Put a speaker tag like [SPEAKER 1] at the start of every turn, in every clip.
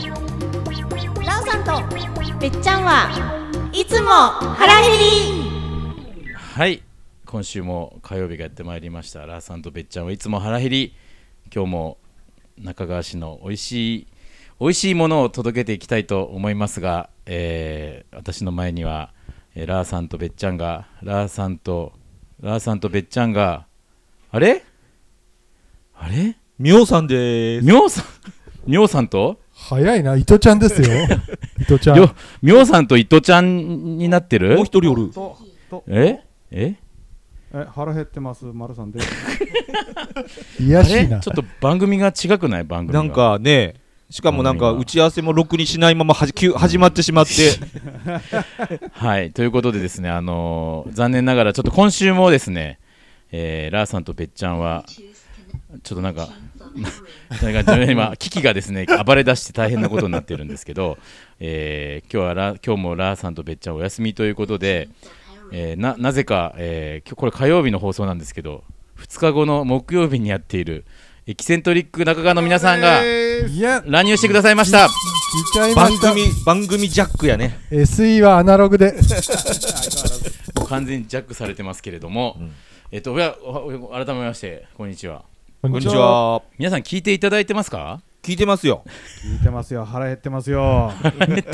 [SPEAKER 1] ラオさんとべっちゃんはいつも腹減り
[SPEAKER 2] はい今週も火曜日がやってまいりましたラーさんとべっちゃんはいつも腹減り今日も中川市の美味しい美味しいものを届けていきたいと思いますが、えー私の前には、えーラーさんとべっちゃんがラーさんとラーさんとべっちゃんがあれあれ
[SPEAKER 3] みおさんでーす。
[SPEAKER 2] みょうさんみょうさんと
[SPEAKER 4] 早いな、伊藤ちゃんですよ。伊藤ちゃん。
[SPEAKER 2] よみょうさんと伊藤ちゃんになってる
[SPEAKER 3] もう一人おる。
[SPEAKER 5] とと
[SPEAKER 2] ええ
[SPEAKER 5] え腹減ってます、丸さんです。
[SPEAKER 4] い
[SPEAKER 2] あ
[SPEAKER 4] やし
[SPEAKER 2] れ
[SPEAKER 4] い
[SPEAKER 2] ちょ
[SPEAKER 4] な
[SPEAKER 2] っ。と番組が違くない番組が
[SPEAKER 3] なんかね、しかもなんか
[SPEAKER 2] うん
[SPEAKER 3] 打ち合わせもろくにしないままはじ急始まってし まって、
[SPEAKER 2] はい、ということでですね、あのー残念ながら、ちょっと今週もですね、えーラーさんとべっちゃんは、ちょっとなんか、なんか今、危機がですね、暴れ出して大変なことになってるんですけど、えー今日はラ、今日もラーさんとべっちゃんお休みということで、えーななぜか、えー今日これ火曜日の放送なんですけど、2日後の木曜日にやっている、エキセントリック中川の皆さんが
[SPEAKER 4] いや、聞
[SPEAKER 2] 乱入してくださいました。
[SPEAKER 4] いちゃいま
[SPEAKER 3] 番
[SPEAKER 4] した。
[SPEAKER 3] 組、番組ジャックやね。
[SPEAKER 4] SE はアナログで。
[SPEAKER 2] もう完全にジャックされてますけれども、
[SPEAKER 3] ん
[SPEAKER 2] えっと、おやお改めまして、こんにちは。
[SPEAKER 3] こ
[SPEAKER 4] こ
[SPEAKER 3] んにち。は。
[SPEAKER 2] 皆さん聞いていただいてますか？
[SPEAKER 3] 聞いてますよ。
[SPEAKER 5] 聞いてますよ、腹減ってます よ。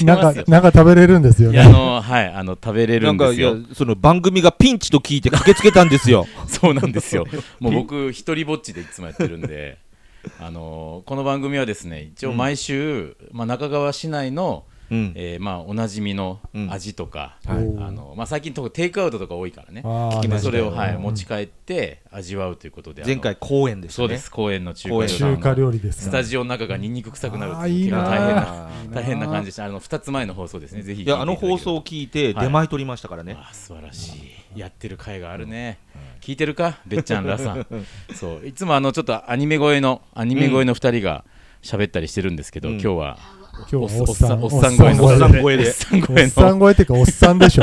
[SPEAKER 4] なんか、なんか食べれるんですよ
[SPEAKER 2] いやあ
[SPEAKER 4] ね。
[SPEAKER 2] のはいあの食べれ
[SPEAKER 3] な
[SPEAKER 2] るん
[SPEAKER 3] んか、
[SPEAKER 2] で
[SPEAKER 3] い
[SPEAKER 2] す
[SPEAKER 3] や
[SPEAKER 2] よ。、
[SPEAKER 3] その番組がピンチと聞いて駆けつけた んですよ。
[SPEAKER 2] そうなんです よ。もう僕一人ぼっちでいつもやってるんで、あのこの番組はですね一応毎週、まあ中川市内の
[SPEAKER 3] うん。
[SPEAKER 2] えーまあおなじみの
[SPEAKER 3] うん
[SPEAKER 2] 味とか、
[SPEAKER 4] はい
[SPEAKER 2] あのまあ最近特にテイクアウトとか多いからね。
[SPEAKER 4] あ
[SPEAKER 3] 聞き
[SPEAKER 4] ー
[SPEAKER 2] で
[SPEAKER 3] ました
[SPEAKER 2] それをはい
[SPEAKER 4] うん
[SPEAKER 2] 持ち帰って味わうということで、あの
[SPEAKER 3] 前回公演でした
[SPEAKER 2] そ
[SPEAKER 3] ね。
[SPEAKER 2] うです公園の中
[SPEAKER 3] 公
[SPEAKER 2] 華
[SPEAKER 3] 園
[SPEAKER 2] 料理
[SPEAKER 4] 中華料理で
[SPEAKER 2] ス
[SPEAKER 4] す
[SPEAKER 2] タ
[SPEAKER 4] ね。
[SPEAKER 2] ジオの中がニンニク臭くなるって
[SPEAKER 4] あーい
[SPEAKER 2] い
[SPEAKER 4] いう
[SPEAKER 2] 結
[SPEAKER 4] な
[SPEAKER 2] 構
[SPEAKER 4] ー
[SPEAKER 2] 大変な
[SPEAKER 3] あー
[SPEAKER 2] 大変な感じでした。あの二つ前の放送ですね。ぜひ聞て
[SPEAKER 3] い
[SPEAKER 2] た
[SPEAKER 3] や、
[SPEAKER 2] だ
[SPEAKER 3] あ
[SPEAKER 2] けれ
[SPEAKER 3] の
[SPEAKER 2] ば
[SPEAKER 3] 放送を聞いて
[SPEAKER 2] はい
[SPEAKER 3] 出前取りましたからね。
[SPEAKER 2] あー素晴らしいやってる甲斐があるね、聞いてるかべっちゃんらさんそういつもあのちょっとアニメ声のアニメ声の2人が喋ったりしてるんですけど、
[SPEAKER 3] うん
[SPEAKER 2] 今日は
[SPEAKER 4] 今日は
[SPEAKER 2] おっ
[SPEAKER 4] おっさん、
[SPEAKER 2] おっさん声の
[SPEAKER 3] おっさん
[SPEAKER 4] 声
[SPEAKER 3] 声で
[SPEAKER 2] おっさん
[SPEAKER 4] おっ
[SPEAKER 2] 声
[SPEAKER 4] さ
[SPEAKER 2] の
[SPEAKER 4] ん声っていうか、おっさんでしょ。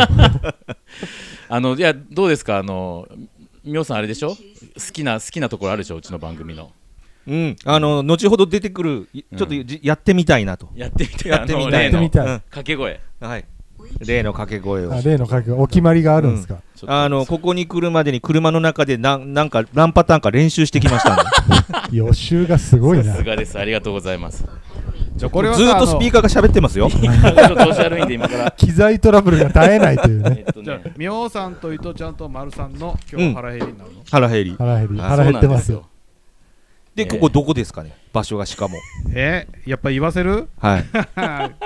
[SPEAKER 2] あのいやどうですかあのみょうさんあれでしょ好きな好きなところあるでしょうちの番組の
[SPEAKER 3] うん。あの、後ほど出てくる、いちょっとじやってみたいなと。
[SPEAKER 2] やってみて
[SPEAKER 3] やってみたい
[SPEAKER 2] あ
[SPEAKER 4] やって
[SPEAKER 2] の例
[SPEAKER 4] み
[SPEAKER 2] の
[SPEAKER 4] たい
[SPEAKER 3] うん
[SPEAKER 2] 掛け声
[SPEAKER 3] はい。例の掛け声を
[SPEAKER 4] あ。例の書く、お決まりがあるんですか。
[SPEAKER 2] ちょっと
[SPEAKER 3] あの、ここに来るまでに車の中でなん、なんか何パターンか練習してきましたんで。
[SPEAKER 4] 予習がすごい
[SPEAKER 2] さ
[SPEAKER 4] な
[SPEAKER 2] す。がですありがとうございますち
[SPEAKER 5] じゃこれは
[SPEAKER 3] ず
[SPEAKER 5] さ
[SPEAKER 3] ーっとスピーカーが喋ってます
[SPEAKER 2] ょ
[SPEAKER 3] よ。
[SPEAKER 2] っと調子悪いんで今から
[SPEAKER 4] 機材トラブルが絶えないという
[SPEAKER 2] え
[SPEAKER 4] ね。
[SPEAKER 2] っと
[SPEAKER 5] あのじゃ
[SPEAKER 2] ね
[SPEAKER 5] あ、みょうさんと伊藤ちゃんと丸さんの今日は腹減りになるの、
[SPEAKER 3] 腹減り。
[SPEAKER 4] 腹減り、
[SPEAKER 3] あ
[SPEAKER 4] 腹減ってます
[SPEAKER 2] そうなん
[SPEAKER 4] よ。
[SPEAKER 2] え
[SPEAKER 3] で、
[SPEAKER 2] え
[SPEAKER 3] ここどこですかね場所がしかも。
[SPEAKER 5] えやっぱ言わせる
[SPEAKER 3] はい。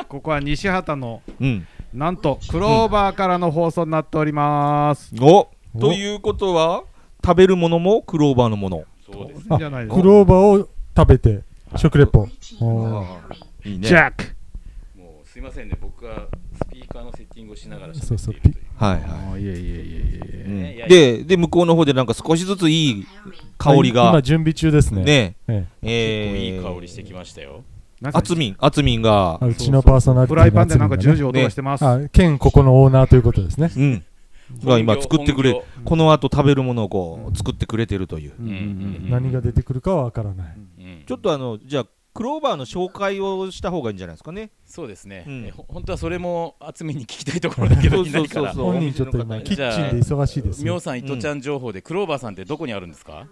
[SPEAKER 5] ここは西畑の
[SPEAKER 3] うん。
[SPEAKER 5] なんとクローバーからの放送になっております、
[SPEAKER 3] お
[SPEAKER 4] お
[SPEAKER 3] ということは、食べるものもクローバーのもの。
[SPEAKER 2] そうです
[SPEAKER 5] いいんじゃないです
[SPEAKER 4] ク
[SPEAKER 5] か
[SPEAKER 4] ローバーを食べて、食レポ。おー
[SPEAKER 3] いい
[SPEAKER 5] ジ
[SPEAKER 3] ね。
[SPEAKER 5] ャック
[SPEAKER 2] もうすいませんね、僕はスピーカーのセッティングをしながら喋っているという
[SPEAKER 4] そうそうピ
[SPEAKER 3] はいは
[SPEAKER 5] あいえいえいえい
[SPEAKER 3] い。
[SPEAKER 5] え
[SPEAKER 3] うん
[SPEAKER 2] ねいやいや
[SPEAKER 3] で、で、向こうの方でなんか少しずついい香り
[SPEAKER 4] 今
[SPEAKER 3] が、
[SPEAKER 4] 準備中ですね。
[SPEAKER 3] ね、
[SPEAKER 4] ええ
[SPEAKER 3] えー
[SPEAKER 2] 結構いい香りしてきましたよ。
[SPEAKER 5] なんか
[SPEAKER 3] あつみん、あつみんが
[SPEAKER 4] あ、うちのパーソナリテ
[SPEAKER 5] フ
[SPEAKER 4] ィ
[SPEAKER 5] ライパンでなんか
[SPEAKER 4] の
[SPEAKER 5] 十
[SPEAKER 4] 厚み
[SPEAKER 5] 字音がしてます、
[SPEAKER 4] がねあ、県ここのオーナーということですね。
[SPEAKER 3] うん。が今作ってくれ
[SPEAKER 2] 本、
[SPEAKER 3] この後食べるものをこう、作ってくれてるという。
[SPEAKER 5] うんうんうん
[SPEAKER 4] 何が出てくるかはわからない。
[SPEAKER 2] 業、うん
[SPEAKER 3] ちょっとあの、じゃあ、クローバーの紹介をした方がいいんじゃないですかね。
[SPEAKER 2] そうですね、
[SPEAKER 3] うん
[SPEAKER 2] えほ本当はそれも厚みに聞きたいところだけど、いきなりから
[SPEAKER 3] そう
[SPEAKER 4] 本人ちょっと
[SPEAKER 3] お
[SPEAKER 4] 今キ
[SPEAKER 2] 店の方に
[SPEAKER 4] ッチンで忙しいです
[SPEAKER 2] み
[SPEAKER 4] よ
[SPEAKER 2] ょう。さん、伊藤ちゃん情報で、クローバーさんってどこにあるんですか、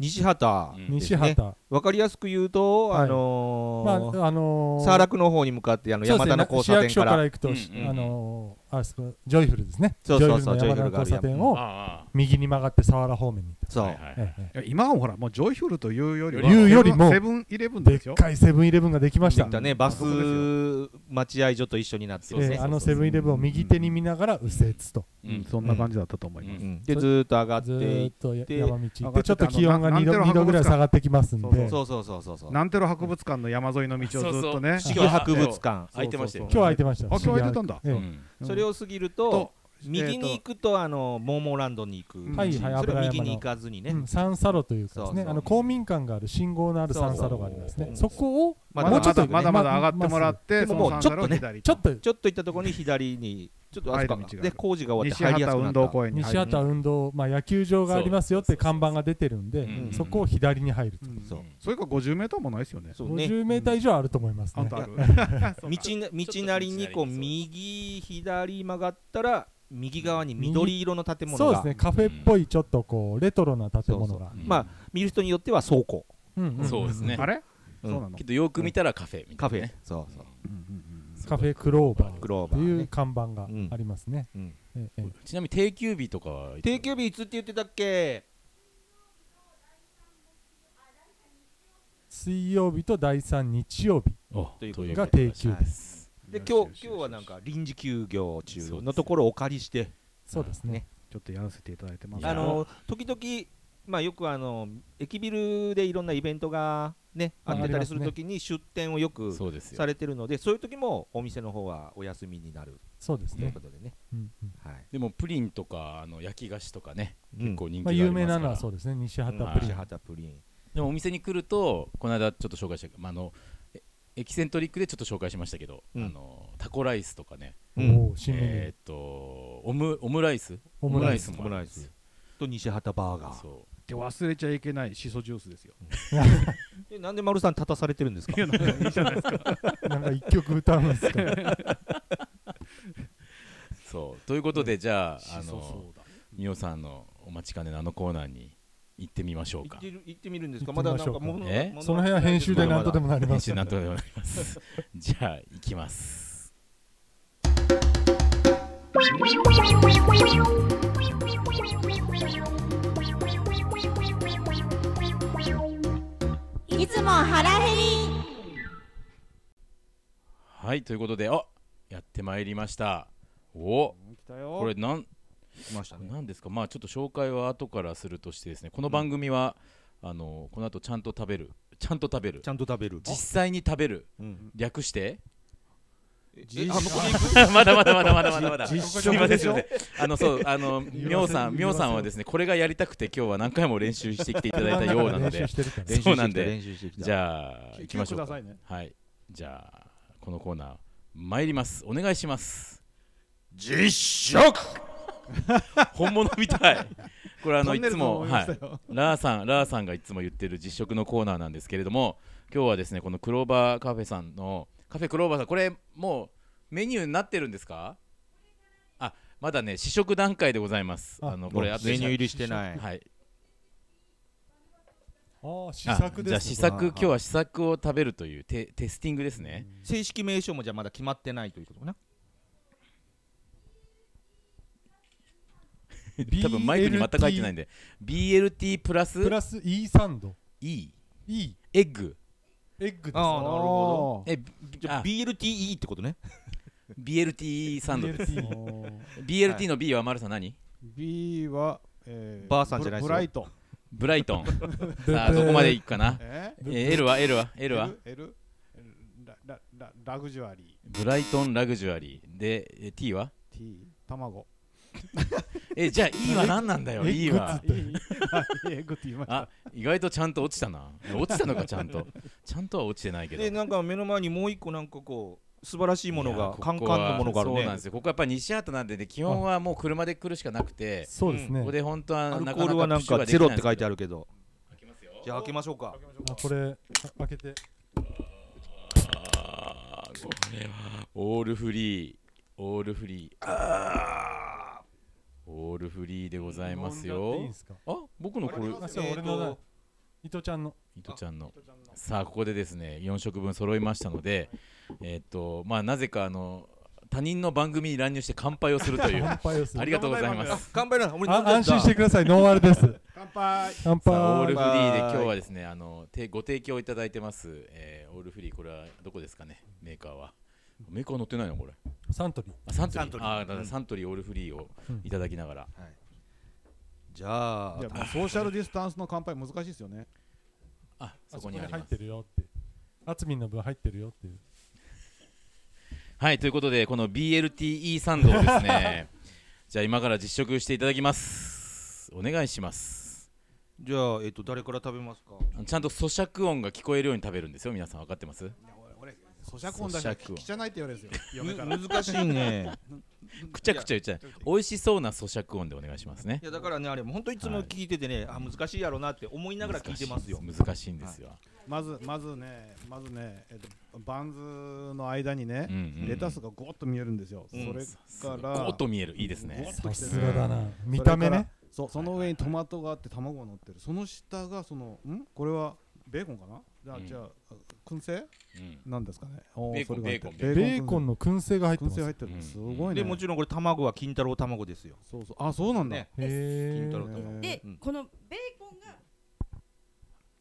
[SPEAKER 3] 西畑
[SPEAKER 2] う。ん
[SPEAKER 4] 西畑、
[SPEAKER 3] わかりやすく言うと、
[SPEAKER 4] はい
[SPEAKER 3] あ
[SPEAKER 4] まあ
[SPEAKER 3] のー、
[SPEAKER 4] あのー、
[SPEAKER 3] サーラクの方に向かって、あの、
[SPEAKER 4] そう
[SPEAKER 3] 山
[SPEAKER 4] ですね
[SPEAKER 3] 田の交差
[SPEAKER 4] 市役
[SPEAKER 3] 点
[SPEAKER 4] 所
[SPEAKER 3] か
[SPEAKER 4] から
[SPEAKER 3] ら。
[SPEAKER 4] 行くと、
[SPEAKER 2] うんうん
[SPEAKER 4] あのー、あそこジョイフルですね。
[SPEAKER 3] そうそうそう
[SPEAKER 4] ジョイフルの山田の交差
[SPEAKER 3] ジョイフル
[SPEAKER 4] 点
[SPEAKER 3] が
[SPEAKER 4] を
[SPEAKER 2] あ
[SPEAKER 4] 右に曲がって佐原方面に行った。
[SPEAKER 2] あ、
[SPEAKER 3] そう
[SPEAKER 2] はい。はい
[SPEAKER 4] えええ
[SPEAKER 5] いや今はほらもうジョイフルというよりは
[SPEAKER 2] 言う
[SPEAKER 4] よりも
[SPEAKER 5] セブンイレブ
[SPEAKER 4] え
[SPEAKER 5] ン
[SPEAKER 4] で
[SPEAKER 5] ですよ
[SPEAKER 4] っかいセブンイレブンができまし
[SPEAKER 3] で
[SPEAKER 4] た
[SPEAKER 3] き。たね、バス待合所と一緒になって
[SPEAKER 2] そう
[SPEAKER 3] る
[SPEAKER 2] そうそう
[SPEAKER 4] え
[SPEAKER 3] ね
[SPEAKER 4] え。あのセブンイレブンを右手に見ながら右折と、
[SPEAKER 2] う
[SPEAKER 5] うん
[SPEAKER 2] ん
[SPEAKER 5] そんな感じだったと思います、
[SPEAKER 2] う
[SPEAKER 3] うんで、ずーっと上がって
[SPEAKER 4] ず
[SPEAKER 3] い
[SPEAKER 4] ー
[SPEAKER 3] っ
[SPEAKER 4] っと
[SPEAKER 3] で
[SPEAKER 4] 山
[SPEAKER 5] 上
[SPEAKER 4] 道行っ
[SPEAKER 5] がって
[SPEAKER 4] て、ちょっと気温が
[SPEAKER 5] あの
[SPEAKER 4] 2度
[SPEAKER 5] なんて
[SPEAKER 4] 2
[SPEAKER 5] いうの
[SPEAKER 4] 度ぐらい下がってきますん
[SPEAKER 5] そうそ
[SPEAKER 4] で、
[SPEAKER 3] て、
[SPEAKER 4] 今
[SPEAKER 3] そうそうそうそうそう。
[SPEAKER 5] なんてろ博物館の山沿いの道をずっとね
[SPEAKER 2] そうそう
[SPEAKER 3] 四季博物館。
[SPEAKER 2] 空いてましたよ、
[SPEAKER 4] 日空いてました。
[SPEAKER 5] あ今日空いてたんだ
[SPEAKER 4] ええ
[SPEAKER 2] うん
[SPEAKER 3] それを過ぎると
[SPEAKER 5] と、
[SPEAKER 3] 右に行くと、あの、モーモーランドに行く。
[SPEAKER 4] はいはい
[SPEAKER 3] それを右
[SPEAKER 4] 油山の
[SPEAKER 3] に行かずにね
[SPEAKER 4] う。ん三差路というかです
[SPEAKER 3] そ
[SPEAKER 4] ね
[SPEAKER 3] うそう
[SPEAKER 4] あの公民館がある信号のある三差路がありますね
[SPEAKER 3] そうそ
[SPEAKER 4] そうこを
[SPEAKER 3] ま
[SPEAKER 5] まだま
[SPEAKER 3] だもうちょっと
[SPEAKER 5] だ
[SPEAKER 3] ね
[SPEAKER 5] まだまだ上がってもらって、
[SPEAKER 3] ま
[SPEAKER 5] そ
[SPEAKER 3] あ
[SPEAKER 5] の
[SPEAKER 3] まあ
[SPEAKER 5] サンダルを
[SPEAKER 3] まあ
[SPEAKER 5] 左。
[SPEAKER 4] ちょっと
[SPEAKER 3] ちょっと行ったところに左に、ちょっとあそこ
[SPEAKER 5] 入る道
[SPEAKER 3] か
[SPEAKER 5] があ
[SPEAKER 3] で
[SPEAKER 5] る
[SPEAKER 3] 工事が終わ
[SPEAKER 5] 西
[SPEAKER 3] って入りやす
[SPEAKER 5] 畑
[SPEAKER 3] くな
[SPEAKER 5] 運
[SPEAKER 3] った。
[SPEAKER 5] 動公園に入
[SPEAKER 4] 西
[SPEAKER 5] る。
[SPEAKER 4] 畑運動、まあ、野球場がありますよって看板が出てるんで、
[SPEAKER 2] うん
[SPEAKER 4] そこを左に入ると、
[SPEAKER 5] うん
[SPEAKER 3] そう
[SPEAKER 5] それか50メートルもないですよね。
[SPEAKER 3] そうね。
[SPEAKER 4] 50メーター以上あると思います
[SPEAKER 5] あ
[SPEAKER 4] ね
[SPEAKER 5] ん。たある。
[SPEAKER 3] 道な道なりにこう
[SPEAKER 2] ちょっと道なりにそう
[SPEAKER 3] 右左曲がったら右側に緑色の建物
[SPEAKER 4] そうで
[SPEAKER 3] が
[SPEAKER 4] すね、カフェっぽいちょっとこうレトロな建物が。
[SPEAKER 2] うん
[SPEAKER 3] まあ見る人によっては倉庫
[SPEAKER 4] うんうん
[SPEAKER 2] そうですね
[SPEAKER 5] あれ
[SPEAKER 3] う
[SPEAKER 5] そ
[SPEAKER 3] ん
[SPEAKER 5] うなの
[SPEAKER 2] け。どよく見たらカフェみた
[SPEAKER 3] カ
[SPEAKER 2] いな、
[SPEAKER 3] フェ
[SPEAKER 2] ね、
[SPEAKER 3] そうそう
[SPEAKER 4] カフェクローバ
[SPEAKER 3] ク
[SPEAKER 4] ー
[SPEAKER 3] ロー
[SPEAKER 4] と
[SPEAKER 3] バー
[SPEAKER 4] い
[SPEAKER 3] ね
[SPEAKER 4] う看板がありますね。
[SPEAKER 3] うん
[SPEAKER 4] ええ
[SPEAKER 2] ちなみに定休日とかは
[SPEAKER 3] 定休日いつって言ってたっけ
[SPEAKER 4] 水曜日と第3日曜日
[SPEAKER 2] お
[SPEAKER 3] ということ
[SPEAKER 2] という
[SPEAKER 4] が
[SPEAKER 2] こと
[SPEAKER 4] 定休です。
[SPEAKER 2] です
[SPEAKER 3] で
[SPEAKER 5] よしよ
[SPEAKER 3] 今
[SPEAKER 5] し
[SPEAKER 3] 日今日はなんか臨時休業中
[SPEAKER 2] そうで
[SPEAKER 3] の
[SPEAKER 2] す
[SPEAKER 3] ところをお借りして
[SPEAKER 4] そうですね。
[SPEAKER 5] ちょっとやらせていただいてます。
[SPEAKER 3] あの時々まあよくあの駅ビルでいろんなイベントがねあってたりするときに出店をよく
[SPEAKER 2] そうですよ
[SPEAKER 3] されてるのでそういう時もお店の方はお休みになる
[SPEAKER 4] そうです
[SPEAKER 3] という
[SPEAKER 4] ね
[SPEAKER 3] こ。とでね
[SPEAKER 4] うんうん
[SPEAKER 3] はい
[SPEAKER 2] でもプリンとかあの焼き菓子とかね
[SPEAKER 3] 結
[SPEAKER 2] 結構人気が
[SPEAKER 4] ま
[SPEAKER 2] あ
[SPEAKER 4] あ
[SPEAKER 2] ります
[SPEAKER 4] 有
[SPEAKER 2] から、
[SPEAKER 4] 名なのはそうですね、西
[SPEAKER 3] うん
[SPEAKER 4] 畑プリ
[SPEAKER 3] 西
[SPEAKER 4] ン。
[SPEAKER 3] 畑プリン
[SPEAKER 2] でもお店に来るとこの間ちょっと紹介したけど、まあ、あのえエキセントリックでちょっと紹介しましたけど、
[SPEAKER 3] うん
[SPEAKER 2] あのタコライスとかね、
[SPEAKER 3] うん
[SPEAKER 4] おお、新メニュー
[SPEAKER 2] えーっとオムオムライス
[SPEAKER 4] オムライス。
[SPEAKER 2] もあるんですよ
[SPEAKER 3] と西畑バーガー
[SPEAKER 2] そう
[SPEAKER 5] って忘れちゃいけないシソジュースですよ。
[SPEAKER 3] えなんで丸さん立たされてるんですか
[SPEAKER 4] なんか一曲歌うんですか。
[SPEAKER 2] そうということで、じゃああ
[SPEAKER 5] シソ
[SPEAKER 2] の
[SPEAKER 5] ソーダ
[SPEAKER 2] ミオさんのお待ちかねのあのコーナーに行ってみましょう
[SPEAKER 3] 行っ
[SPEAKER 2] か
[SPEAKER 3] てる行ってみるんですか
[SPEAKER 4] 行
[SPEAKER 3] ま
[SPEAKER 4] って
[SPEAKER 3] だ
[SPEAKER 4] み
[SPEAKER 3] な
[SPEAKER 4] ま
[SPEAKER 3] ん
[SPEAKER 4] しょ
[SPEAKER 3] か
[SPEAKER 4] うか
[SPEAKER 3] 物が
[SPEAKER 2] え
[SPEAKER 3] 物が
[SPEAKER 4] その辺は編集で何とでもなりま
[SPEAKER 2] 編
[SPEAKER 4] す
[SPEAKER 2] 集。なんとでもなります じゃあ行きます
[SPEAKER 1] いつも腹減り
[SPEAKER 2] はいということであやってまいりましたお
[SPEAKER 5] 来たよ。
[SPEAKER 2] これなん
[SPEAKER 3] 来ましたね
[SPEAKER 2] なんですか、まあ、ちょっと紹介は後からするとしてですねこの番組は、あのこの後ちゃんと食べるちゃんと食べる
[SPEAKER 3] ちゃんと食べる
[SPEAKER 2] 実際に食べる
[SPEAKER 3] うん
[SPEAKER 2] 略して
[SPEAKER 3] えあ向こうに行く
[SPEAKER 2] まだまだまだまだまだまだすい
[SPEAKER 4] 実
[SPEAKER 2] ま
[SPEAKER 4] 食
[SPEAKER 2] せん
[SPEAKER 4] です
[SPEAKER 2] い
[SPEAKER 4] よ
[SPEAKER 2] ませんあのそうあの
[SPEAKER 4] 言わせ
[SPEAKER 2] みょうさんみ
[SPEAKER 4] 言
[SPEAKER 2] ょ
[SPEAKER 4] わ
[SPEAKER 2] う
[SPEAKER 4] せ
[SPEAKER 2] さんはですねこれがやりたくて今日は何回も練習してきていただいたようなの
[SPEAKER 4] 練習
[SPEAKER 2] で
[SPEAKER 4] してるから
[SPEAKER 2] でそうなんで
[SPEAKER 3] 練習してきた
[SPEAKER 2] じゃあ行きましょう
[SPEAKER 5] くださ
[SPEAKER 2] か
[SPEAKER 5] いね
[SPEAKER 2] はいじゃあこのコーナー参りますお願いします
[SPEAKER 3] 実食
[SPEAKER 2] 本物みたいこれあの
[SPEAKER 5] ト
[SPEAKER 2] い
[SPEAKER 5] ンネル
[SPEAKER 2] つ
[SPEAKER 5] ズも
[SPEAKER 2] も、
[SPEAKER 5] 思い
[SPEAKER 2] は
[SPEAKER 5] ま
[SPEAKER 2] い
[SPEAKER 5] したよ、
[SPEAKER 2] ラーさんラーさんがいつも言ってる実食のコーナーなんですけれども今日はですねこのクローバーカフェさんのカフェクローバーさんこれもうメニューになってるんですかあまだね試食段階でございます
[SPEAKER 4] あ
[SPEAKER 2] あのこれ
[SPEAKER 3] メ
[SPEAKER 2] あと
[SPEAKER 3] ニュー入りしてない
[SPEAKER 2] はい
[SPEAKER 4] ああ、試
[SPEAKER 2] あ
[SPEAKER 4] 作
[SPEAKER 2] じゃ
[SPEAKER 4] で
[SPEAKER 2] あ
[SPEAKER 4] す
[SPEAKER 2] 試
[SPEAKER 4] ね。
[SPEAKER 2] 作今日は試作を食べるというテテスティングですね
[SPEAKER 3] 正式名称もじゃあまだ決まってないということかな
[SPEAKER 2] 多分マイクに全く入ってないんで BLT プラス
[SPEAKER 4] プラス E サンド。
[SPEAKER 2] E
[SPEAKER 4] E、
[SPEAKER 2] エッグ
[SPEAKER 4] エッグです。
[SPEAKER 3] あーなるほ
[SPEAKER 2] え
[SPEAKER 3] じゃあ
[SPEAKER 2] あ
[SPEAKER 3] BLTE ってことね
[SPEAKER 2] BLT サンドです
[SPEAKER 4] BLT
[SPEAKER 5] おー
[SPEAKER 2] BLT の B は丸さん何
[SPEAKER 5] B は、えー
[SPEAKER 3] ばあさんじゃないですよ
[SPEAKER 5] ブライト。
[SPEAKER 2] ブライトンさあどこまでいくかな
[SPEAKER 5] え
[SPEAKER 2] えー L は L は L は
[SPEAKER 5] L? ララララグジュアリ
[SPEAKER 2] ブライトンラグジュアリーでえー T は
[SPEAKER 5] ー T 卵
[SPEAKER 2] えじゃあ E は何 なんだよ E は
[SPEAKER 5] はいエッグって言いました
[SPEAKER 2] あ意外とちゃんと落ちたな落ちたのかちゃんとちゃんとは落ちてないけど
[SPEAKER 3] でなんか目の前にもう一個なんかこう素晴らしいもの
[SPEAKER 2] いや
[SPEAKER 3] が
[SPEAKER 2] ここ
[SPEAKER 3] カ
[SPEAKER 2] は
[SPEAKER 3] ンカンのものがある
[SPEAKER 2] そうなん
[SPEAKER 3] ね
[SPEAKER 2] ですよここやっぱ西畑なんでね基本はもう車で来るしかなくて
[SPEAKER 4] そうです
[SPEAKER 2] こ
[SPEAKER 4] ね
[SPEAKER 2] こ。で本当
[SPEAKER 3] ア
[SPEAKER 2] は
[SPEAKER 3] ルコ
[SPEAKER 2] な
[SPEAKER 3] ー
[SPEAKER 2] か
[SPEAKER 3] ルはな
[SPEAKER 2] なんかプッシュ
[SPEAKER 3] か
[SPEAKER 2] がで
[SPEAKER 3] ゼ
[SPEAKER 2] き
[SPEAKER 3] ロ
[SPEAKER 2] な
[SPEAKER 3] って書いてあ
[SPEAKER 2] る
[SPEAKER 3] るけどじゃあ開けましょうか
[SPEAKER 4] あこれ開けて
[SPEAKER 2] オールフリーオールフリーオールフリーでございます
[SPEAKER 4] い
[SPEAKER 2] よ
[SPEAKER 4] いですか。
[SPEAKER 2] あ僕のこれ
[SPEAKER 4] あ、そう
[SPEAKER 3] えー
[SPEAKER 4] 俺
[SPEAKER 3] と
[SPEAKER 4] のだ。伊藤ちゃんの。
[SPEAKER 2] 伊藤ちゃんのさあここでですね4食分揃いましたのでえーっとまあなぜかあの他人の番組に乱入して乾杯をするという
[SPEAKER 4] 乾杯をす
[SPEAKER 2] あ
[SPEAKER 4] る。
[SPEAKER 2] りがとうございま
[SPEAKER 5] あ
[SPEAKER 2] す
[SPEAKER 3] 乾杯な俺飲んじ
[SPEAKER 4] あ
[SPEAKER 3] ゃった
[SPEAKER 4] 安心してください。ノンアルです。
[SPEAKER 5] 乾杯
[SPEAKER 4] 乾
[SPEAKER 2] さあオール
[SPEAKER 4] 杯
[SPEAKER 2] フ。リーで今
[SPEAKER 3] 乾杯
[SPEAKER 2] 日はですねあのてご提供いただいてます、えーオールフリーこれはどこですかねメーカーはメーカー載ってないのこれ
[SPEAKER 4] サントリー。
[SPEAKER 2] あサントリー
[SPEAKER 3] サントリー
[SPEAKER 2] あだからサントリーオールフリーをいただきながら、
[SPEAKER 3] じゃあ
[SPEAKER 5] じゃあもうソーシャルディスタンスの乾杯難しいですよね
[SPEAKER 2] あ
[SPEAKER 4] あ
[SPEAKER 2] そ
[SPEAKER 4] そ
[SPEAKER 2] こ
[SPEAKER 4] こ
[SPEAKER 2] に
[SPEAKER 4] に
[SPEAKER 2] あり
[SPEAKER 4] 入っ
[SPEAKER 2] ます
[SPEAKER 4] てるよって。あつみんの分入ってるよっていう。
[SPEAKER 2] はいということでこの BLTE サンドをです ねじゃあ今から実食していただきますお願いします
[SPEAKER 3] じゃあ、えっと、誰から食べますか
[SPEAKER 2] ちゃんと咀嚼音が聞こえるように食べるんですよ皆さん分かってます
[SPEAKER 6] 咀嚼音出したら聞きじゃないって言われるんですよ。
[SPEAKER 3] む
[SPEAKER 6] 嫁から。
[SPEAKER 3] 難しいね
[SPEAKER 2] くちゃくちゃ言っちゃう美味しそうな咀嚼音でお願いしますね
[SPEAKER 3] いやだからねあれも本当いつも聞いててね、あ難しいやろうなって思いながら聞いてますよ
[SPEAKER 2] 難しいんですよ、
[SPEAKER 6] まずまずねまずねえっとバンズの間にね、
[SPEAKER 2] うんうんうん
[SPEAKER 6] レタスがゴッと見えるんですよ。
[SPEAKER 3] うん
[SPEAKER 6] それか
[SPEAKER 2] ゴ
[SPEAKER 6] ら
[SPEAKER 2] ッと見えるいいですね
[SPEAKER 6] ゴッと
[SPEAKER 4] さ
[SPEAKER 6] きてる
[SPEAKER 4] すがだな見
[SPEAKER 6] それ
[SPEAKER 4] た
[SPEAKER 6] から
[SPEAKER 4] 目ね
[SPEAKER 6] そうその上にトマトがあって卵が乗ってるその下がそのんこれはベーコンかなじゃあ、
[SPEAKER 2] うん
[SPEAKER 6] じゃあ燻製
[SPEAKER 2] うん
[SPEAKER 6] なんですかねお
[SPEAKER 2] ベーコン
[SPEAKER 6] それが入って
[SPEAKER 2] ベ
[SPEAKER 4] ベ
[SPEAKER 6] る
[SPEAKER 4] ーコンの燻製が入って
[SPEAKER 6] 燻
[SPEAKER 4] ま
[SPEAKER 6] 製
[SPEAKER 4] す
[SPEAKER 6] 入
[SPEAKER 4] へ
[SPEAKER 6] ってる、
[SPEAKER 2] うん
[SPEAKER 6] すごいね
[SPEAKER 3] でもちろんこれ卵は金太郎卵ですよ
[SPEAKER 6] そうそうあそうなんだ、
[SPEAKER 3] ね金
[SPEAKER 4] え
[SPEAKER 3] 太郎卵、
[SPEAKER 7] で、
[SPEAKER 3] うん
[SPEAKER 7] このベーコンが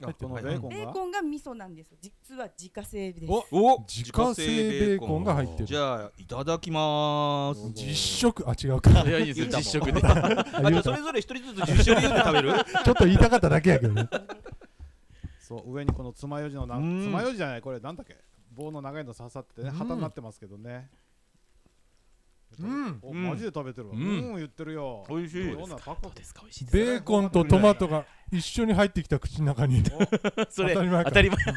[SPEAKER 3] あ
[SPEAKER 6] このベーコン
[SPEAKER 7] ベ
[SPEAKER 6] が
[SPEAKER 7] ーコンが味噌なんです実は自家製です
[SPEAKER 3] おお
[SPEAKER 4] 自家製ベーコンが入ってる
[SPEAKER 3] じゃあいただきまーす
[SPEAKER 4] 実食あ違うか
[SPEAKER 2] いやいいですよ
[SPEAKER 3] 言うたも
[SPEAKER 2] 実
[SPEAKER 3] ん
[SPEAKER 2] 食で
[SPEAKER 3] あじゃあそれぞれ一人ずつ10種類ずつ食べる
[SPEAKER 4] ちょっと言いたかっただけやけどね
[SPEAKER 6] そう上にこの爪楊枝のな
[SPEAKER 3] うん
[SPEAKER 6] 爪楊枝じゃないこれなんだっけ棒の長いの刺さっててね旗になってますけどね
[SPEAKER 4] うん
[SPEAKER 6] お、
[SPEAKER 3] うん
[SPEAKER 6] マジで食べてるわ
[SPEAKER 2] う
[SPEAKER 6] うんん、言ってるよ
[SPEAKER 3] 美味しい
[SPEAKER 6] どうなんパク
[SPEAKER 2] どう
[SPEAKER 6] パク
[SPEAKER 2] ですか美味しいです
[SPEAKER 4] ベーコンとトマトが一緒に入ってきた口の中に
[SPEAKER 2] それ
[SPEAKER 4] 当たり前か
[SPEAKER 2] 当たり前
[SPEAKER 3] で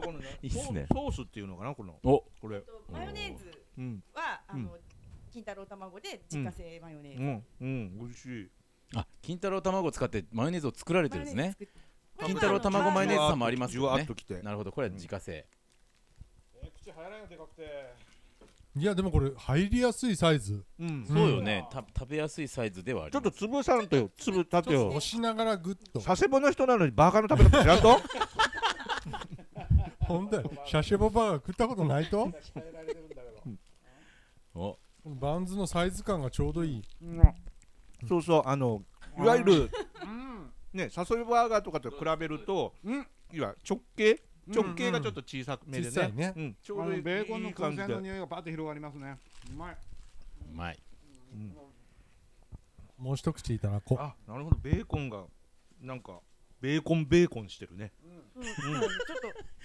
[SPEAKER 3] このね
[SPEAKER 2] いいっすね
[SPEAKER 3] ソースっていうのかなこの
[SPEAKER 2] お
[SPEAKER 3] これ
[SPEAKER 7] マヨネーズ
[SPEAKER 3] うん
[SPEAKER 7] はあの、金太郎卵で自家製マヨネーズ、
[SPEAKER 3] うんうん美味しい
[SPEAKER 2] あ金太郎卵を使ってマヨネーズを作られてるんですね
[SPEAKER 7] マヨネーズ作っ
[SPEAKER 2] 金太郎卵マヨネーズさんもあります
[SPEAKER 3] じゅ
[SPEAKER 2] よ
[SPEAKER 3] わっ
[SPEAKER 2] ね
[SPEAKER 3] ときて
[SPEAKER 2] なるほどこれは自家製、
[SPEAKER 6] 口入らないのでかくて
[SPEAKER 4] いやでもこれ入りやすいサイズ
[SPEAKER 3] うん
[SPEAKER 2] そうよねた食べやすいサイズではあり
[SPEAKER 3] ちょ
[SPEAKER 2] ま
[SPEAKER 3] っ
[SPEAKER 2] す
[SPEAKER 3] と潰さんとよ潰立てよ
[SPEAKER 4] 押しながらグ ッと
[SPEAKER 3] 佐世保の人なのにバーガーの食べ方知らんと
[SPEAKER 4] 本当にシャシェボバーガー食ったことないと
[SPEAKER 6] 入られてるんだけど
[SPEAKER 2] お
[SPEAKER 4] バンズのサイズ感がちょうどいい
[SPEAKER 3] そうそうあのいわゆるねサソリバーガーとかと比べるといわゆる直径直径がちょっと小さめでね
[SPEAKER 4] 小さいね
[SPEAKER 3] うんち
[SPEAKER 5] あ
[SPEAKER 3] ょう
[SPEAKER 5] の
[SPEAKER 3] どいい
[SPEAKER 5] ベーコンの燻製の
[SPEAKER 3] 感じで
[SPEAKER 5] 匂いがバッと広がりますねうまいう
[SPEAKER 2] まい
[SPEAKER 4] もう一口いただこう
[SPEAKER 3] あなるほどベーコンがなんかベーコンベーコンしてるね
[SPEAKER 7] うんうんちょ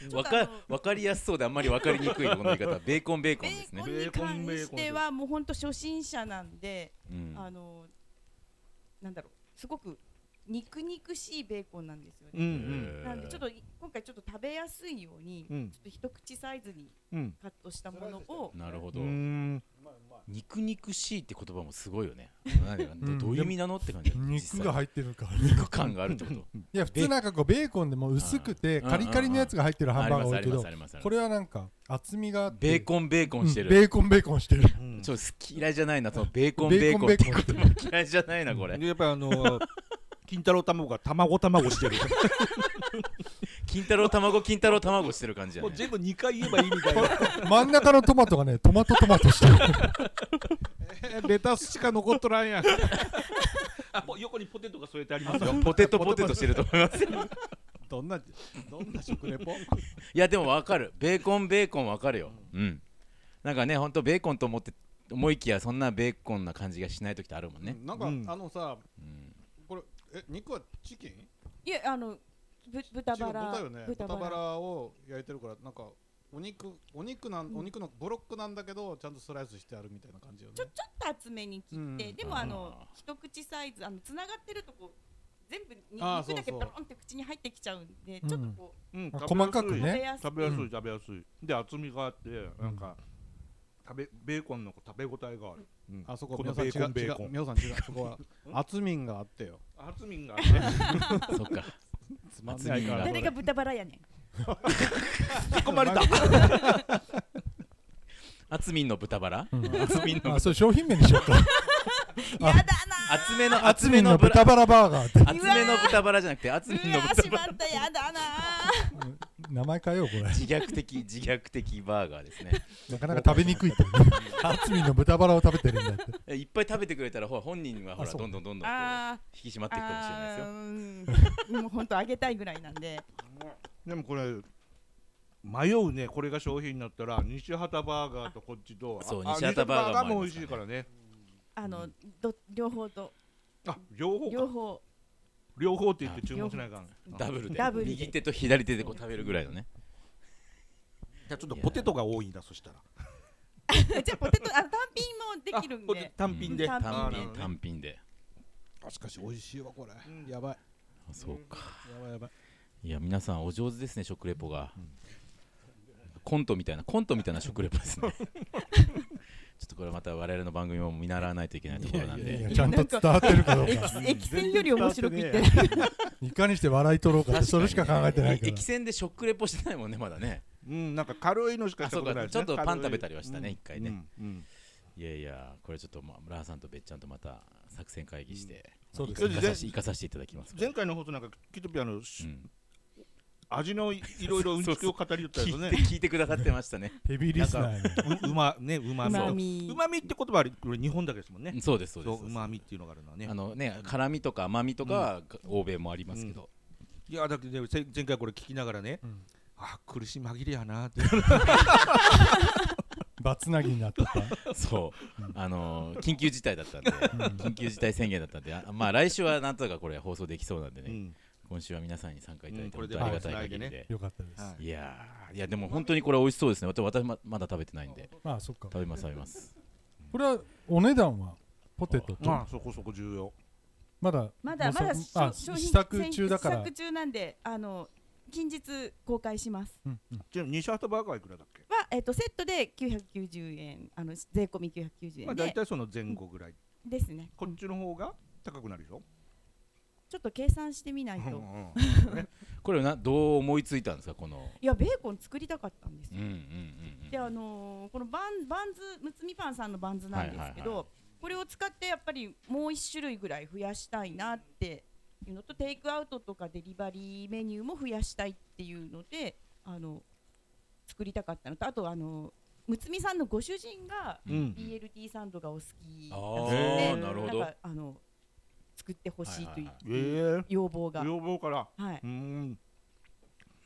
[SPEAKER 7] っと
[SPEAKER 2] わかわかりやすそうであんまりわかりにくいこの言い 方ベーコンベーコ
[SPEAKER 7] ベ
[SPEAKER 2] ンですね、
[SPEAKER 7] ーコンに関してはもう本当初心者なんで、
[SPEAKER 2] うん、
[SPEAKER 7] あのなんだろうすごく肉肉しいベーコンなんですよ
[SPEAKER 3] う
[SPEAKER 7] ね、
[SPEAKER 3] ん
[SPEAKER 7] なんでちょっとい今回ちょっと食べやすいように、
[SPEAKER 3] うんうん
[SPEAKER 7] ちょっと一口サイズに
[SPEAKER 3] うん
[SPEAKER 7] カットしたものを
[SPEAKER 2] なるほ
[SPEAKER 3] う
[SPEAKER 2] ど、
[SPEAKER 3] ん
[SPEAKER 2] 肉肉しいって言葉もすごいよね何がど
[SPEAKER 4] うん
[SPEAKER 2] どういう意味なのって感じだね
[SPEAKER 4] 肉が
[SPEAKER 2] 実際
[SPEAKER 4] 入ってるからね
[SPEAKER 2] 肉感があるってこと
[SPEAKER 4] いや普通なんかこうベーコンでも薄くて
[SPEAKER 2] うん
[SPEAKER 4] カリカリのやつが入ってるハン バーガー多
[SPEAKER 2] あ
[SPEAKER 4] い
[SPEAKER 2] り
[SPEAKER 4] け
[SPEAKER 2] ま
[SPEAKER 4] ど
[SPEAKER 2] すありますあります
[SPEAKER 4] これはなんか厚みがあって
[SPEAKER 2] ベーコンベーコンして
[SPEAKER 4] う
[SPEAKER 2] る、
[SPEAKER 4] んベーコンベーコンしてる
[SPEAKER 3] うん
[SPEAKER 2] ちょっと好き嫌いじゃないなそのベーコンベ
[SPEAKER 4] ベ
[SPEAKER 2] ー
[SPEAKER 4] ー
[SPEAKER 2] コ
[SPEAKER 4] コ
[SPEAKER 2] ン
[SPEAKER 4] ン
[SPEAKER 2] って言葉嫌いじゃないなこれ
[SPEAKER 3] でやっぱりあの ー金太郎卵が卵卵してる
[SPEAKER 2] 金太郎卵金太郎卵してる感じや
[SPEAKER 3] も
[SPEAKER 2] ね
[SPEAKER 3] う全部2回言えばいいみたいな
[SPEAKER 4] 真ん中のトマトがねトマトトマトしてる
[SPEAKER 5] レタスしか残っとらんやん
[SPEAKER 3] あもう横にポテトが添えてありますよ
[SPEAKER 2] ポテトポテトしてると思いますよ
[SPEAKER 6] どんなどんな食レポ
[SPEAKER 2] いやでもわかるベーコンベーコンわかるようんなんかねほんとベーコンと思って思いきやそんなベーコンな感じがしない時ってあるもんね、
[SPEAKER 6] なんか、
[SPEAKER 3] うん
[SPEAKER 6] あのさ
[SPEAKER 2] うん
[SPEAKER 6] これえ肉はチキン
[SPEAKER 7] いやあのぶ豚バ
[SPEAKER 6] 違う
[SPEAKER 7] ラ
[SPEAKER 6] 豚よね豚バラを焼いてるからなんかお肉お肉なん、お肉のブロックなんだけどちゃんとスライスしてあるみたいな感じよね
[SPEAKER 7] ちょちょっと厚めに切って、
[SPEAKER 6] うん
[SPEAKER 7] でもあの
[SPEAKER 2] あ
[SPEAKER 7] 一口サイズあのつながってるとこ全部に
[SPEAKER 6] あー
[SPEAKER 7] 肉だけ
[SPEAKER 6] そ
[SPEAKER 7] ド
[SPEAKER 6] う
[SPEAKER 7] ロ
[SPEAKER 6] そう
[SPEAKER 7] ンって口に入ってきちゃうんで、
[SPEAKER 4] うん
[SPEAKER 7] ちょっとこ
[SPEAKER 3] うん
[SPEAKER 4] あ細かく
[SPEAKER 7] う
[SPEAKER 4] ね
[SPEAKER 7] 食べやす
[SPEAKER 3] 食べや
[SPEAKER 7] い
[SPEAKER 3] すい食べやすいで厚みがあってなんか食べベーコンの食べ応えがあるうん
[SPEAKER 6] あそこ
[SPEAKER 3] こ
[SPEAKER 6] 皆
[SPEAKER 3] の
[SPEAKER 6] さん
[SPEAKER 3] ベ
[SPEAKER 6] 違
[SPEAKER 3] ーコンベーコ
[SPEAKER 6] う違う
[SPEAKER 3] ン
[SPEAKER 6] 皆さん 違うそこは厚みんがあってよ
[SPEAKER 3] 厚みがあるね
[SPEAKER 2] そっか
[SPEAKER 6] つまんないか
[SPEAKER 7] う
[SPEAKER 6] ら
[SPEAKER 7] 誰が豚バラやねん
[SPEAKER 3] 引き込まれた
[SPEAKER 2] 厚みの豚バラ、
[SPEAKER 4] ん
[SPEAKER 2] 厚みの
[SPEAKER 4] あそれ商品名にしようか
[SPEAKER 7] やだな
[SPEAKER 2] 厚めの
[SPEAKER 4] 厚
[SPEAKER 2] 厚
[SPEAKER 4] み
[SPEAKER 2] め
[SPEAKER 4] の
[SPEAKER 2] のブ
[SPEAKER 4] 豚
[SPEAKER 2] ラ
[SPEAKER 4] バラバーガーって
[SPEAKER 2] 厚めの豚バラじゃなくて厚み
[SPEAKER 7] う
[SPEAKER 2] の
[SPEAKER 7] わー
[SPEAKER 2] 豚
[SPEAKER 7] し
[SPEAKER 2] バ
[SPEAKER 7] ま
[SPEAKER 2] ラ
[SPEAKER 7] ったやだな
[SPEAKER 4] 名前変えようこれ
[SPEAKER 2] 自虐的自虐的バーガーですね
[SPEAKER 4] なかなか食べにくいっていうね厚みの豚バラを食べてるんだって
[SPEAKER 2] えいっぱい食べてくれたらほら本人はほ
[SPEAKER 4] あ
[SPEAKER 2] ら
[SPEAKER 4] そう
[SPEAKER 2] どんどんどんどんこう
[SPEAKER 7] あ
[SPEAKER 2] 引き締まっ
[SPEAKER 7] ー
[SPEAKER 2] ていくかもしれないですよ
[SPEAKER 7] あーうんもう本当あげたいぐらいなんで
[SPEAKER 3] でもこれ迷うねこれが商品になったら西畑バーガーとこっちとあ
[SPEAKER 2] そう
[SPEAKER 3] あ
[SPEAKER 2] 西畑バーガーもありますからね
[SPEAKER 3] 西畑も美味しいからね
[SPEAKER 7] あの、ど両方と
[SPEAKER 3] あ両方
[SPEAKER 7] 両
[SPEAKER 3] か
[SPEAKER 7] 方
[SPEAKER 3] 両方って言って注文しないから
[SPEAKER 2] ダブルで
[SPEAKER 7] ダブルで
[SPEAKER 2] 右手と左手でこう食べるぐらいのね
[SPEAKER 3] じゃあちょっとポテトが多いんだそしたら
[SPEAKER 7] じゃあポテトあの単品もできるん
[SPEAKER 3] あポテ
[SPEAKER 7] で
[SPEAKER 3] 単品で
[SPEAKER 7] うん
[SPEAKER 3] あ
[SPEAKER 2] 単
[SPEAKER 3] なる
[SPEAKER 2] 品
[SPEAKER 3] ほどね
[SPEAKER 2] 単品で
[SPEAKER 6] しかし美味しいわこれ、やばい
[SPEAKER 2] そうか
[SPEAKER 6] やばいやばい
[SPEAKER 2] いや皆さんお上手ですね食レポが、コントみたいなコントみたいな食レポですね ちょっとこれまた我々の番組も見習わないといけないところなんで
[SPEAKER 4] いやちゃんと伝わってるかどうか
[SPEAKER 7] 駅線より面白く言ってる。
[SPEAKER 4] いかにして笑い取ろうかってそれしか考えてないから
[SPEAKER 2] 駅線で食レポしてないもんねまだね
[SPEAKER 3] うん、なんか軽いのしか
[SPEAKER 2] あ
[SPEAKER 3] した
[SPEAKER 2] そう
[SPEAKER 3] ことない
[SPEAKER 2] か
[SPEAKER 3] です
[SPEAKER 2] ちょ
[SPEAKER 3] ね
[SPEAKER 2] っとパン食べた
[SPEAKER 3] り
[SPEAKER 2] りはしたね一回ね、
[SPEAKER 3] うんうん
[SPEAKER 2] いやいやこれちょっとまあラーさんとべっちゃんとまた作戦会議して、
[SPEAKER 4] そう
[SPEAKER 2] ま
[SPEAKER 4] で
[SPEAKER 2] あ
[SPEAKER 4] す
[SPEAKER 2] 行
[SPEAKER 4] ね
[SPEAKER 2] かさせ行かさせていただきます
[SPEAKER 3] 前回の放送なんかキトピアのし、
[SPEAKER 2] うん
[SPEAKER 3] 味のいいろいろうんちくを語りよった
[SPEAKER 2] 聞
[SPEAKER 3] よ
[SPEAKER 2] い
[SPEAKER 3] ね
[SPEAKER 2] て聞いてくださってましたね
[SPEAKER 4] ヘビーリスナーやね
[SPEAKER 3] ううまねうまみ
[SPEAKER 7] 旨
[SPEAKER 3] う
[SPEAKER 7] 味。
[SPEAKER 3] まみって言葉はこれ日本だけですもんね
[SPEAKER 2] そうですそう
[SPEAKER 3] そ
[SPEAKER 2] です
[SPEAKER 3] ううまみっていうのがあるのはね
[SPEAKER 2] あのね辛みとか甘みとかは欧米もありますけど、
[SPEAKER 3] いやだって、ね、せ前回これ聞きながらね、あ苦し紛れやな って
[SPEAKER 4] バツナギになってた
[SPEAKER 2] そう、あのー緊急事態だったんで、緊急事態宣言だったんで、あまあ来週はなんとかこれ放送できそうなんでね、
[SPEAKER 3] うん
[SPEAKER 2] 今週は皆さんに参加いただいて、
[SPEAKER 3] うんこれで
[SPEAKER 2] 本当ありがたい限り
[SPEAKER 3] 繋
[SPEAKER 2] で。
[SPEAKER 3] いで
[SPEAKER 4] よかったです
[SPEAKER 3] はい
[SPEAKER 2] やーいやでも本当にこれ美味しそうですね。私私ままだ食べてないんで
[SPEAKER 4] まあそっか
[SPEAKER 2] 食べます食べます。
[SPEAKER 4] これはお値段はポテト
[SPEAKER 3] まあ
[SPEAKER 4] と
[SPEAKER 3] そこそこ重要
[SPEAKER 4] まだ
[SPEAKER 7] まだ
[SPEAKER 4] も
[SPEAKER 7] まだ
[SPEAKER 4] う
[SPEAKER 7] し
[SPEAKER 4] そあ
[SPEAKER 7] ょ商品
[SPEAKER 4] 試作中だから
[SPEAKER 7] 試作中なんであの近日公開します。
[SPEAKER 3] ちなみに西畑バーガーいくらだっけ、
[SPEAKER 7] はえっとセットで990円あの税込み990
[SPEAKER 3] まあ、大
[SPEAKER 7] 円で
[SPEAKER 3] 体その前後ぐらい、
[SPEAKER 7] ですね。
[SPEAKER 3] こっちの方が高くなるでしょ、
[SPEAKER 7] ちょっと計算してみないうと。
[SPEAKER 3] んうん
[SPEAKER 2] これなどう思いついたんですかこの。
[SPEAKER 7] いやベーコン作りたかったんです
[SPEAKER 2] うん
[SPEAKER 7] よ。
[SPEAKER 2] うんうん
[SPEAKER 7] であのーこのバンバンズむつみパンさんのバンズなんです
[SPEAKER 2] はい
[SPEAKER 7] けど、
[SPEAKER 2] はいは
[SPEAKER 7] これを使ってやっぱりもう一種類ぐらい増やしたいなっていうのとテイクアウトとかデリバリーメニューも増やしたいっていうのであの作りたかったのとあとあのむつみさんのご主人が
[SPEAKER 2] うん。うん
[SPEAKER 7] BLT サンドがお好き
[SPEAKER 2] あ
[SPEAKER 7] だそう
[SPEAKER 2] ー
[SPEAKER 7] で
[SPEAKER 2] なるほど
[SPEAKER 7] ん。かあの作ってほしいとい
[SPEAKER 2] は
[SPEAKER 3] ええ
[SPEAKER 7] う要望が、
[SPEAKER 3] 要望から
[SPEAKER 7] はい、
[SPEAKER 3] うん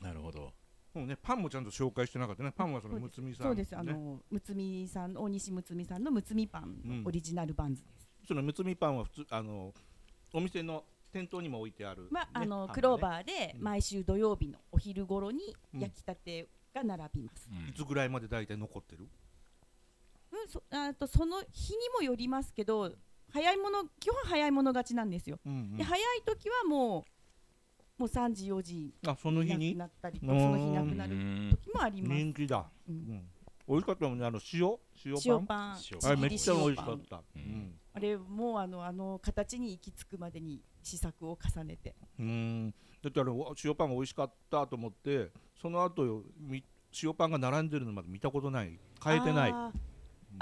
[SPEAKER 2] なるほど。
[SPEAKER 3] もうねパンもちゃんと紹介してなかったねパンはそのむつみさん、ね、
[SPEAKER 7] そうですあのむつみさん大西むつみさんのむつみパンのオリジナルバンズです。
[SPEAKER 3] そのむつみパンは普通あのお店の店頭にも置いてある、
[SPEAKER 7] まあ、あのク
[SPEAKER 3] ロ
[SPEAKER 7] ローバーで
[SPEAKER 3] うん
[SPEAKER 7] 毎週土曜日のお昼頃に
[SPEAKER 3] うん
[SPEAKER 7] 焼きたてが並びます。
[SPEAKER 2] うん
[SPEAKER 3] いつぐらいまで大体残ってる
[SPEAKER 7] うん、そあとその日にもよりますけど早いもの基本早いもの勝ちなんですよ。
[SPEAKER 3] うん
[SPEAKER 7] で早い時はもうもう3時4時
[SPEAKER 3] あその日
[SPEAKER 7] なく
[SPEAKER 3] に
[SPEAKER 7] なったり
[SPEAKER 3] う
[SPEAKER 7] そ
[SPEAKER 3] ん
[SPEAKER 7] の日な
[SPEAKER 2] う
[SPEAKER 7] く
[SPEAKER 2] ん
[SPEAKER 7] なる時もあります。
[SPEAKER 3] 人気だ、
[SPEAKER 7] う
[SPEAKER 3] うんん、美味しかったもんねあの塩塩パ
[SPEAKER 7] 塩
[SPEAKER 3] ン
[SPEAKER 7] パン、
[SPEAKER 2] 塩
[SPEAKER 3] あ
[SPEAKER 2] パ
[SPEAKER 3] れ
[SPEAKER 2] ン
[SPEAKER 3] めっちゃ美味し
[SPEAKER 7] パ
[SPEAKER 3] かっ
[SPEAKER 7] ン
[SPEAKER 3] た、う
[SPEAKER 2] うん
[SPEAKER 3] ん
[SPEAKER 7] あれもうあのあの形に行き着くまでに試作を重ねて。
[SPEAKER 3] うん、だってあれお塩パンが美味しかったと思ってその後よみ塩パンが並んでるのまで見たことない変えてない
[SPEAKER 7] あー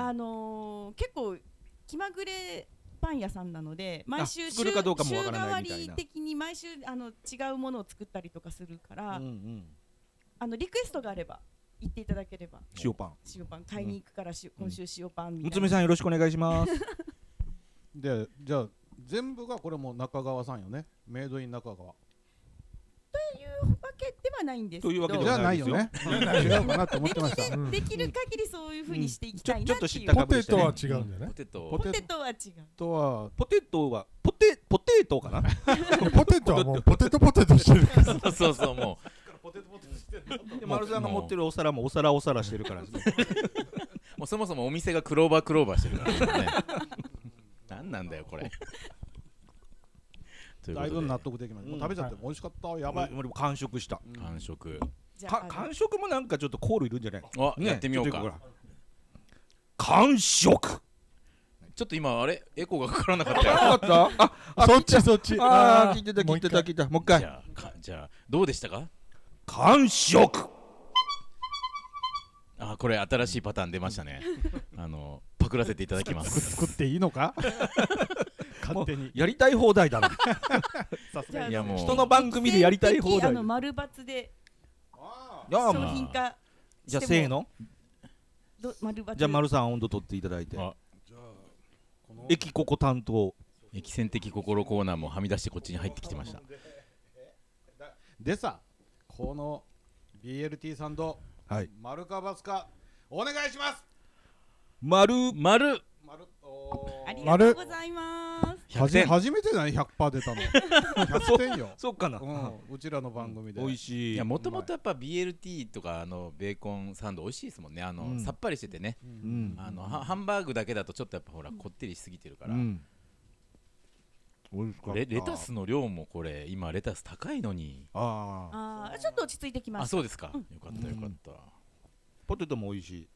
[SPEAKER 7] あのー結構気まぐれパン屋さんなので毎週
[SPEAKER 3] 作るかどうかもわからないみた
[SPEAKER 7] 週
[SPEAKER 3] い
[SPEAKER 7] 替
[SPEAKER 3] な
[SPEAKER 7] わり的に毎週あの違うものを作ったりとかするから、
[SPEAKER 3] うんうん、
[SPEAKER 7] あのリクエストがあれば言っていただければ
[SPEAKER 3] 塩パン
[SPEAKER 7] 塩パン買いに行くからし、今週塩パンみ
[SPEAKER 3] む
[SPEAKER 7] た
[SPEAKER 3] つ
[SPEAKER 7] いな
[SPEAKER 3] みさんよろしくお願いします
[SPEAKER 6] でじゃあ全部がこれも中川さんよねメイドイン中川
[SPEAKER 7] わけではないんですけど
[SPEAKER 3] というわけで
[SPEAKER 6] じ
[SPEAKER 3] は
[SPEAKER 6] ゃないよね違うかなって思ってました
[SPEAKER 7] できる限りそういうふうにしていき
[SPEAKER 3] ち
[SPEAKER 7] た
[SPEAKER 3] ょ
[SPEAKER 7] い
[SPEAKER 3] ち
[SPEAKER 7] な
[SPEAKER 3] ょっと
[SPEAKER 7] って
[SPEAKER 3] 知
[SPEAKER 7] い
[SPEAKER 3] っ
[SPEAKER 7] う、
[SPEAKER 3] たか
[SPEAKER 4] ポ
[SPEAKER 3] ぶりして
[SPEAKER 4] テト
[SPEAKER 3] ね
[SPEAKER 4] は違うんだよね
[SPEAKER 2] ポテト
[SPEAKER 6] ポ
[SPEAKER 7] ポテトは違う
[SPEAKER 6] とは
[SPEAKER 3] ポテトはポテポテートかな
[SPEAKER 4] ポテトはもうポテトポテトしてるから
[SPEAKER 2] そう そうそうも
[SPEAKER 3] で丸さんが持ってるお皿もお皿お皿してる からですね
[SPEAKER 2] うもうそもそもお店がクローバークローバーしてるからね。 なんなんだよこれ。というこ
[SPEAKER 6] だい
[SPEAKER 2] と
[SPEAKER 6] ぶ
[SPEAKER 2] で
[SPEAKER 6] 納得できました、もう食べちゃっても美味しかったやばい、
[SPEAKER 3] 俺も完食した
[SPEAKER 2] 完食。
[SPEAKER 7] じゃあ
[SPEAKER 3] か
[SPEAKER 7] あの
[SPEAKER 3] 完食もなんかちょっとコールいるんじゃない
[SPEAKER 2] あ、
[SPEAKER 3] ね
[SPEAKER 2] やってみよう
[SPEAKER 3] ちょ
[SPEAKER 2] か。
[SPEAKER 3] っとほら完食
[SPEAKER 2] ちょっと今あれエコーがかからなかったよ。
[SPEAKER 3] あかったあ
[SPEAKER 4] そっちそっち
[SPEAKER 3] あー
[SPEAKER 4] ー
[SPEAKER 3] 聞いてた
[SPEAKER 4] も
[SPEAKER 3] 聞
[SPEAKER 4] う
[SPEAKER 3] いて
[SPEAKER 4] 一
[SPEAKER 3] た
[SPEAKER 4] 回
[SPEAKER 3] 聞いてた もう
[SPEAKER 2] じ
[SPEAKER 3] 一回
[SPEAKER 2] ゃあかじゃあどうでしたか？
[SPEAKER 3] 完食
[SPEAKER 2] あ、これ新しいパターン出ましたね。あのパクらせていただきます。
[SPEAKER 6] 作っていいのか勝手に
[SPEAKER 3] やりたい放題だな
[SPEAKER 6] さす
[SPEAKER 7] じゃ
[SPEAKER 6] が
[SPEAKER 7] あ
[SPEAKER 6] に
[SPEAKER 2] いやもう
[SPEAKER 3] 人の番組でやりたい放
[SPEAKER 7] ぜひあ
[SPEAKER 3] 題
[SPEAKER 7] の丸×で
[SPEAKER 3] じゃ
[SPEAKER 7] 商
[SPEAKER 3] あまあ
[SPEAKER 7] 品化
[SPEAKER 3] じゃあ
[SPEAKER 7] しても
[SPEAKER 3] せーの
[SPEAKER 7] ど丸×
[SPEAKER 3] じゃあ丸さん温度取っていただいて
[SPEAKER 2] あ
[SPEAKER 3] 駅ここ担当
[SPEAKER 2] 駅線的心コーナーもはみ出してこっちに入ってきてました。
[SPEAKER 6] でさこの BLT サンド
[SPEAKER 3] はい
[SPEAKER 6] マルかバスかお願いします
[SPEAKER 3] 丸
[SPEAKER 2] 丸
[SPEAKER 6] マルおー
[SPEAKER 7] ありがとうございます。
[SPEAKER 6] は
[SPEAKER 2] 100
[SPEAKER 6] じ
[SPEAKER 2] 点。
[SPEAKER 6] 初めてだね100%出 たの100点よ、
[SPEAKER 3] そうかな
[SPEAKER 6] うん、うちらの番組で、
[SPEAKER 3] 美味し
[SPEAKER 2] い
[SPEAKER 3] い
[SPEAKER 2] やもともとやっぱ BLT とかあのベーコンサンド美味しいですもんねあの、
[SPEAKER 3] うん
[SPEAKER 2] さっぱりしててね、
[SPEAKER 3] うん
[SPEAKER 2] あのはハンバーグだけだとちょっとやっぱほらこってりしすぎてるから、
[SPEAKER 3] うん美味しかった
[SPEAKER 2] レレタスの量もこれ今レタス高いのに
[SPEAKER 3] ああ
[SPEAKER 7] ああちょっと落ち着いてきま
[SPEAKER 2] あ
[SPEAKER 7] した
[SPEAKER 2] そうですか、よかったよかった、
[SPEAKER 3] ポテトも美味しい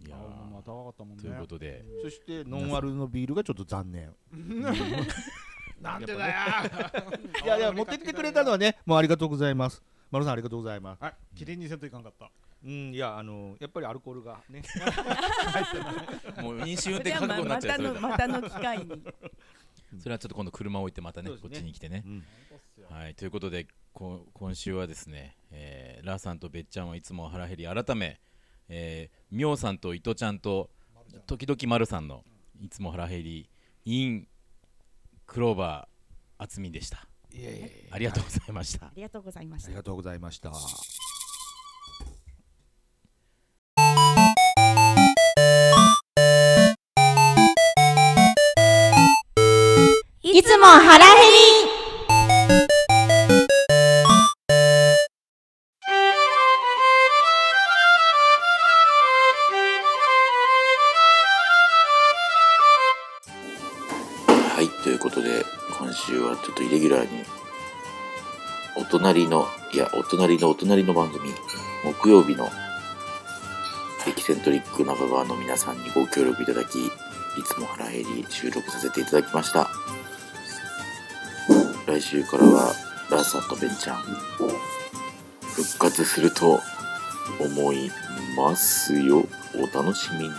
[SPEAKER 2] いやー
[SPEAKER 6] またかったもんね
[SPEAKER 2] ということで、
[SPEAKER 3] そしてノンアルのビールがちょっと残念
[SPEAKER 6] なんでだよ
[SPEAKER 3] いやいや持ってきてくれたのはねもうありがとうございます丸さんありがとうございます
[SPEAKER 6] はいきれいにせんといかんかった
[SPEAKER 3] うんいやあのやっぱりアルコールがね
[SPEAKER 2] もう飲酒運
[SPEAKER 7] それ
[SPEAKER 2] 転
[SPEAKER 7] は
[SPEAKER 2] 覚
[SPEAKER 7] ま
[SPEAKER 2] 悟になっ
[SPEAKER 7] ま
[SPEAKER 2] ちゃ
[SPEAKER 7] た
[SPEAKER 2] うそれ
[SPEAKER 7] の
[SPEAKER 2] だ
[SPEAKER 7] またの機会に
[SPEAKER 2] それはちょっと今度車置いてまたね
[SPEAKER 3] そうです
[SPEAKER 2] こ
[SPEAKER 3] ね
[SPEAKER 2] っちに来てね、
[SPEAKER 3] うん
[SPEAKER 2] はいということでこ今週はですね、えーラーさんとべっちゃんはいつも腹減り改めえーみょうさんといとちゃんと時々まるさんのいつも腹減り in クローバー厚みでした
[SPEAKER 3] いえいえ
[SPEAKER 2] ありがとうございました、
[SPEAKER 7] ありがとうございまし
[SPEAKER 3] あ
[SPEAKER 7] た
[SPEAKER 3] りがとうございました
[SPEAKER 1] いつも腹減り
[SPEAKER 8] はい、ということで、今週はちょっとイレギュラーに、お隣の、いや、お隣のお隣の番組、木曜日の、エキセントリックなババアの皆さんにご協力いただき、いつも腹減り収録させていただきました。来週からは、ラーさんとベンちゃん、復活すると思いますよ。お楽しみに。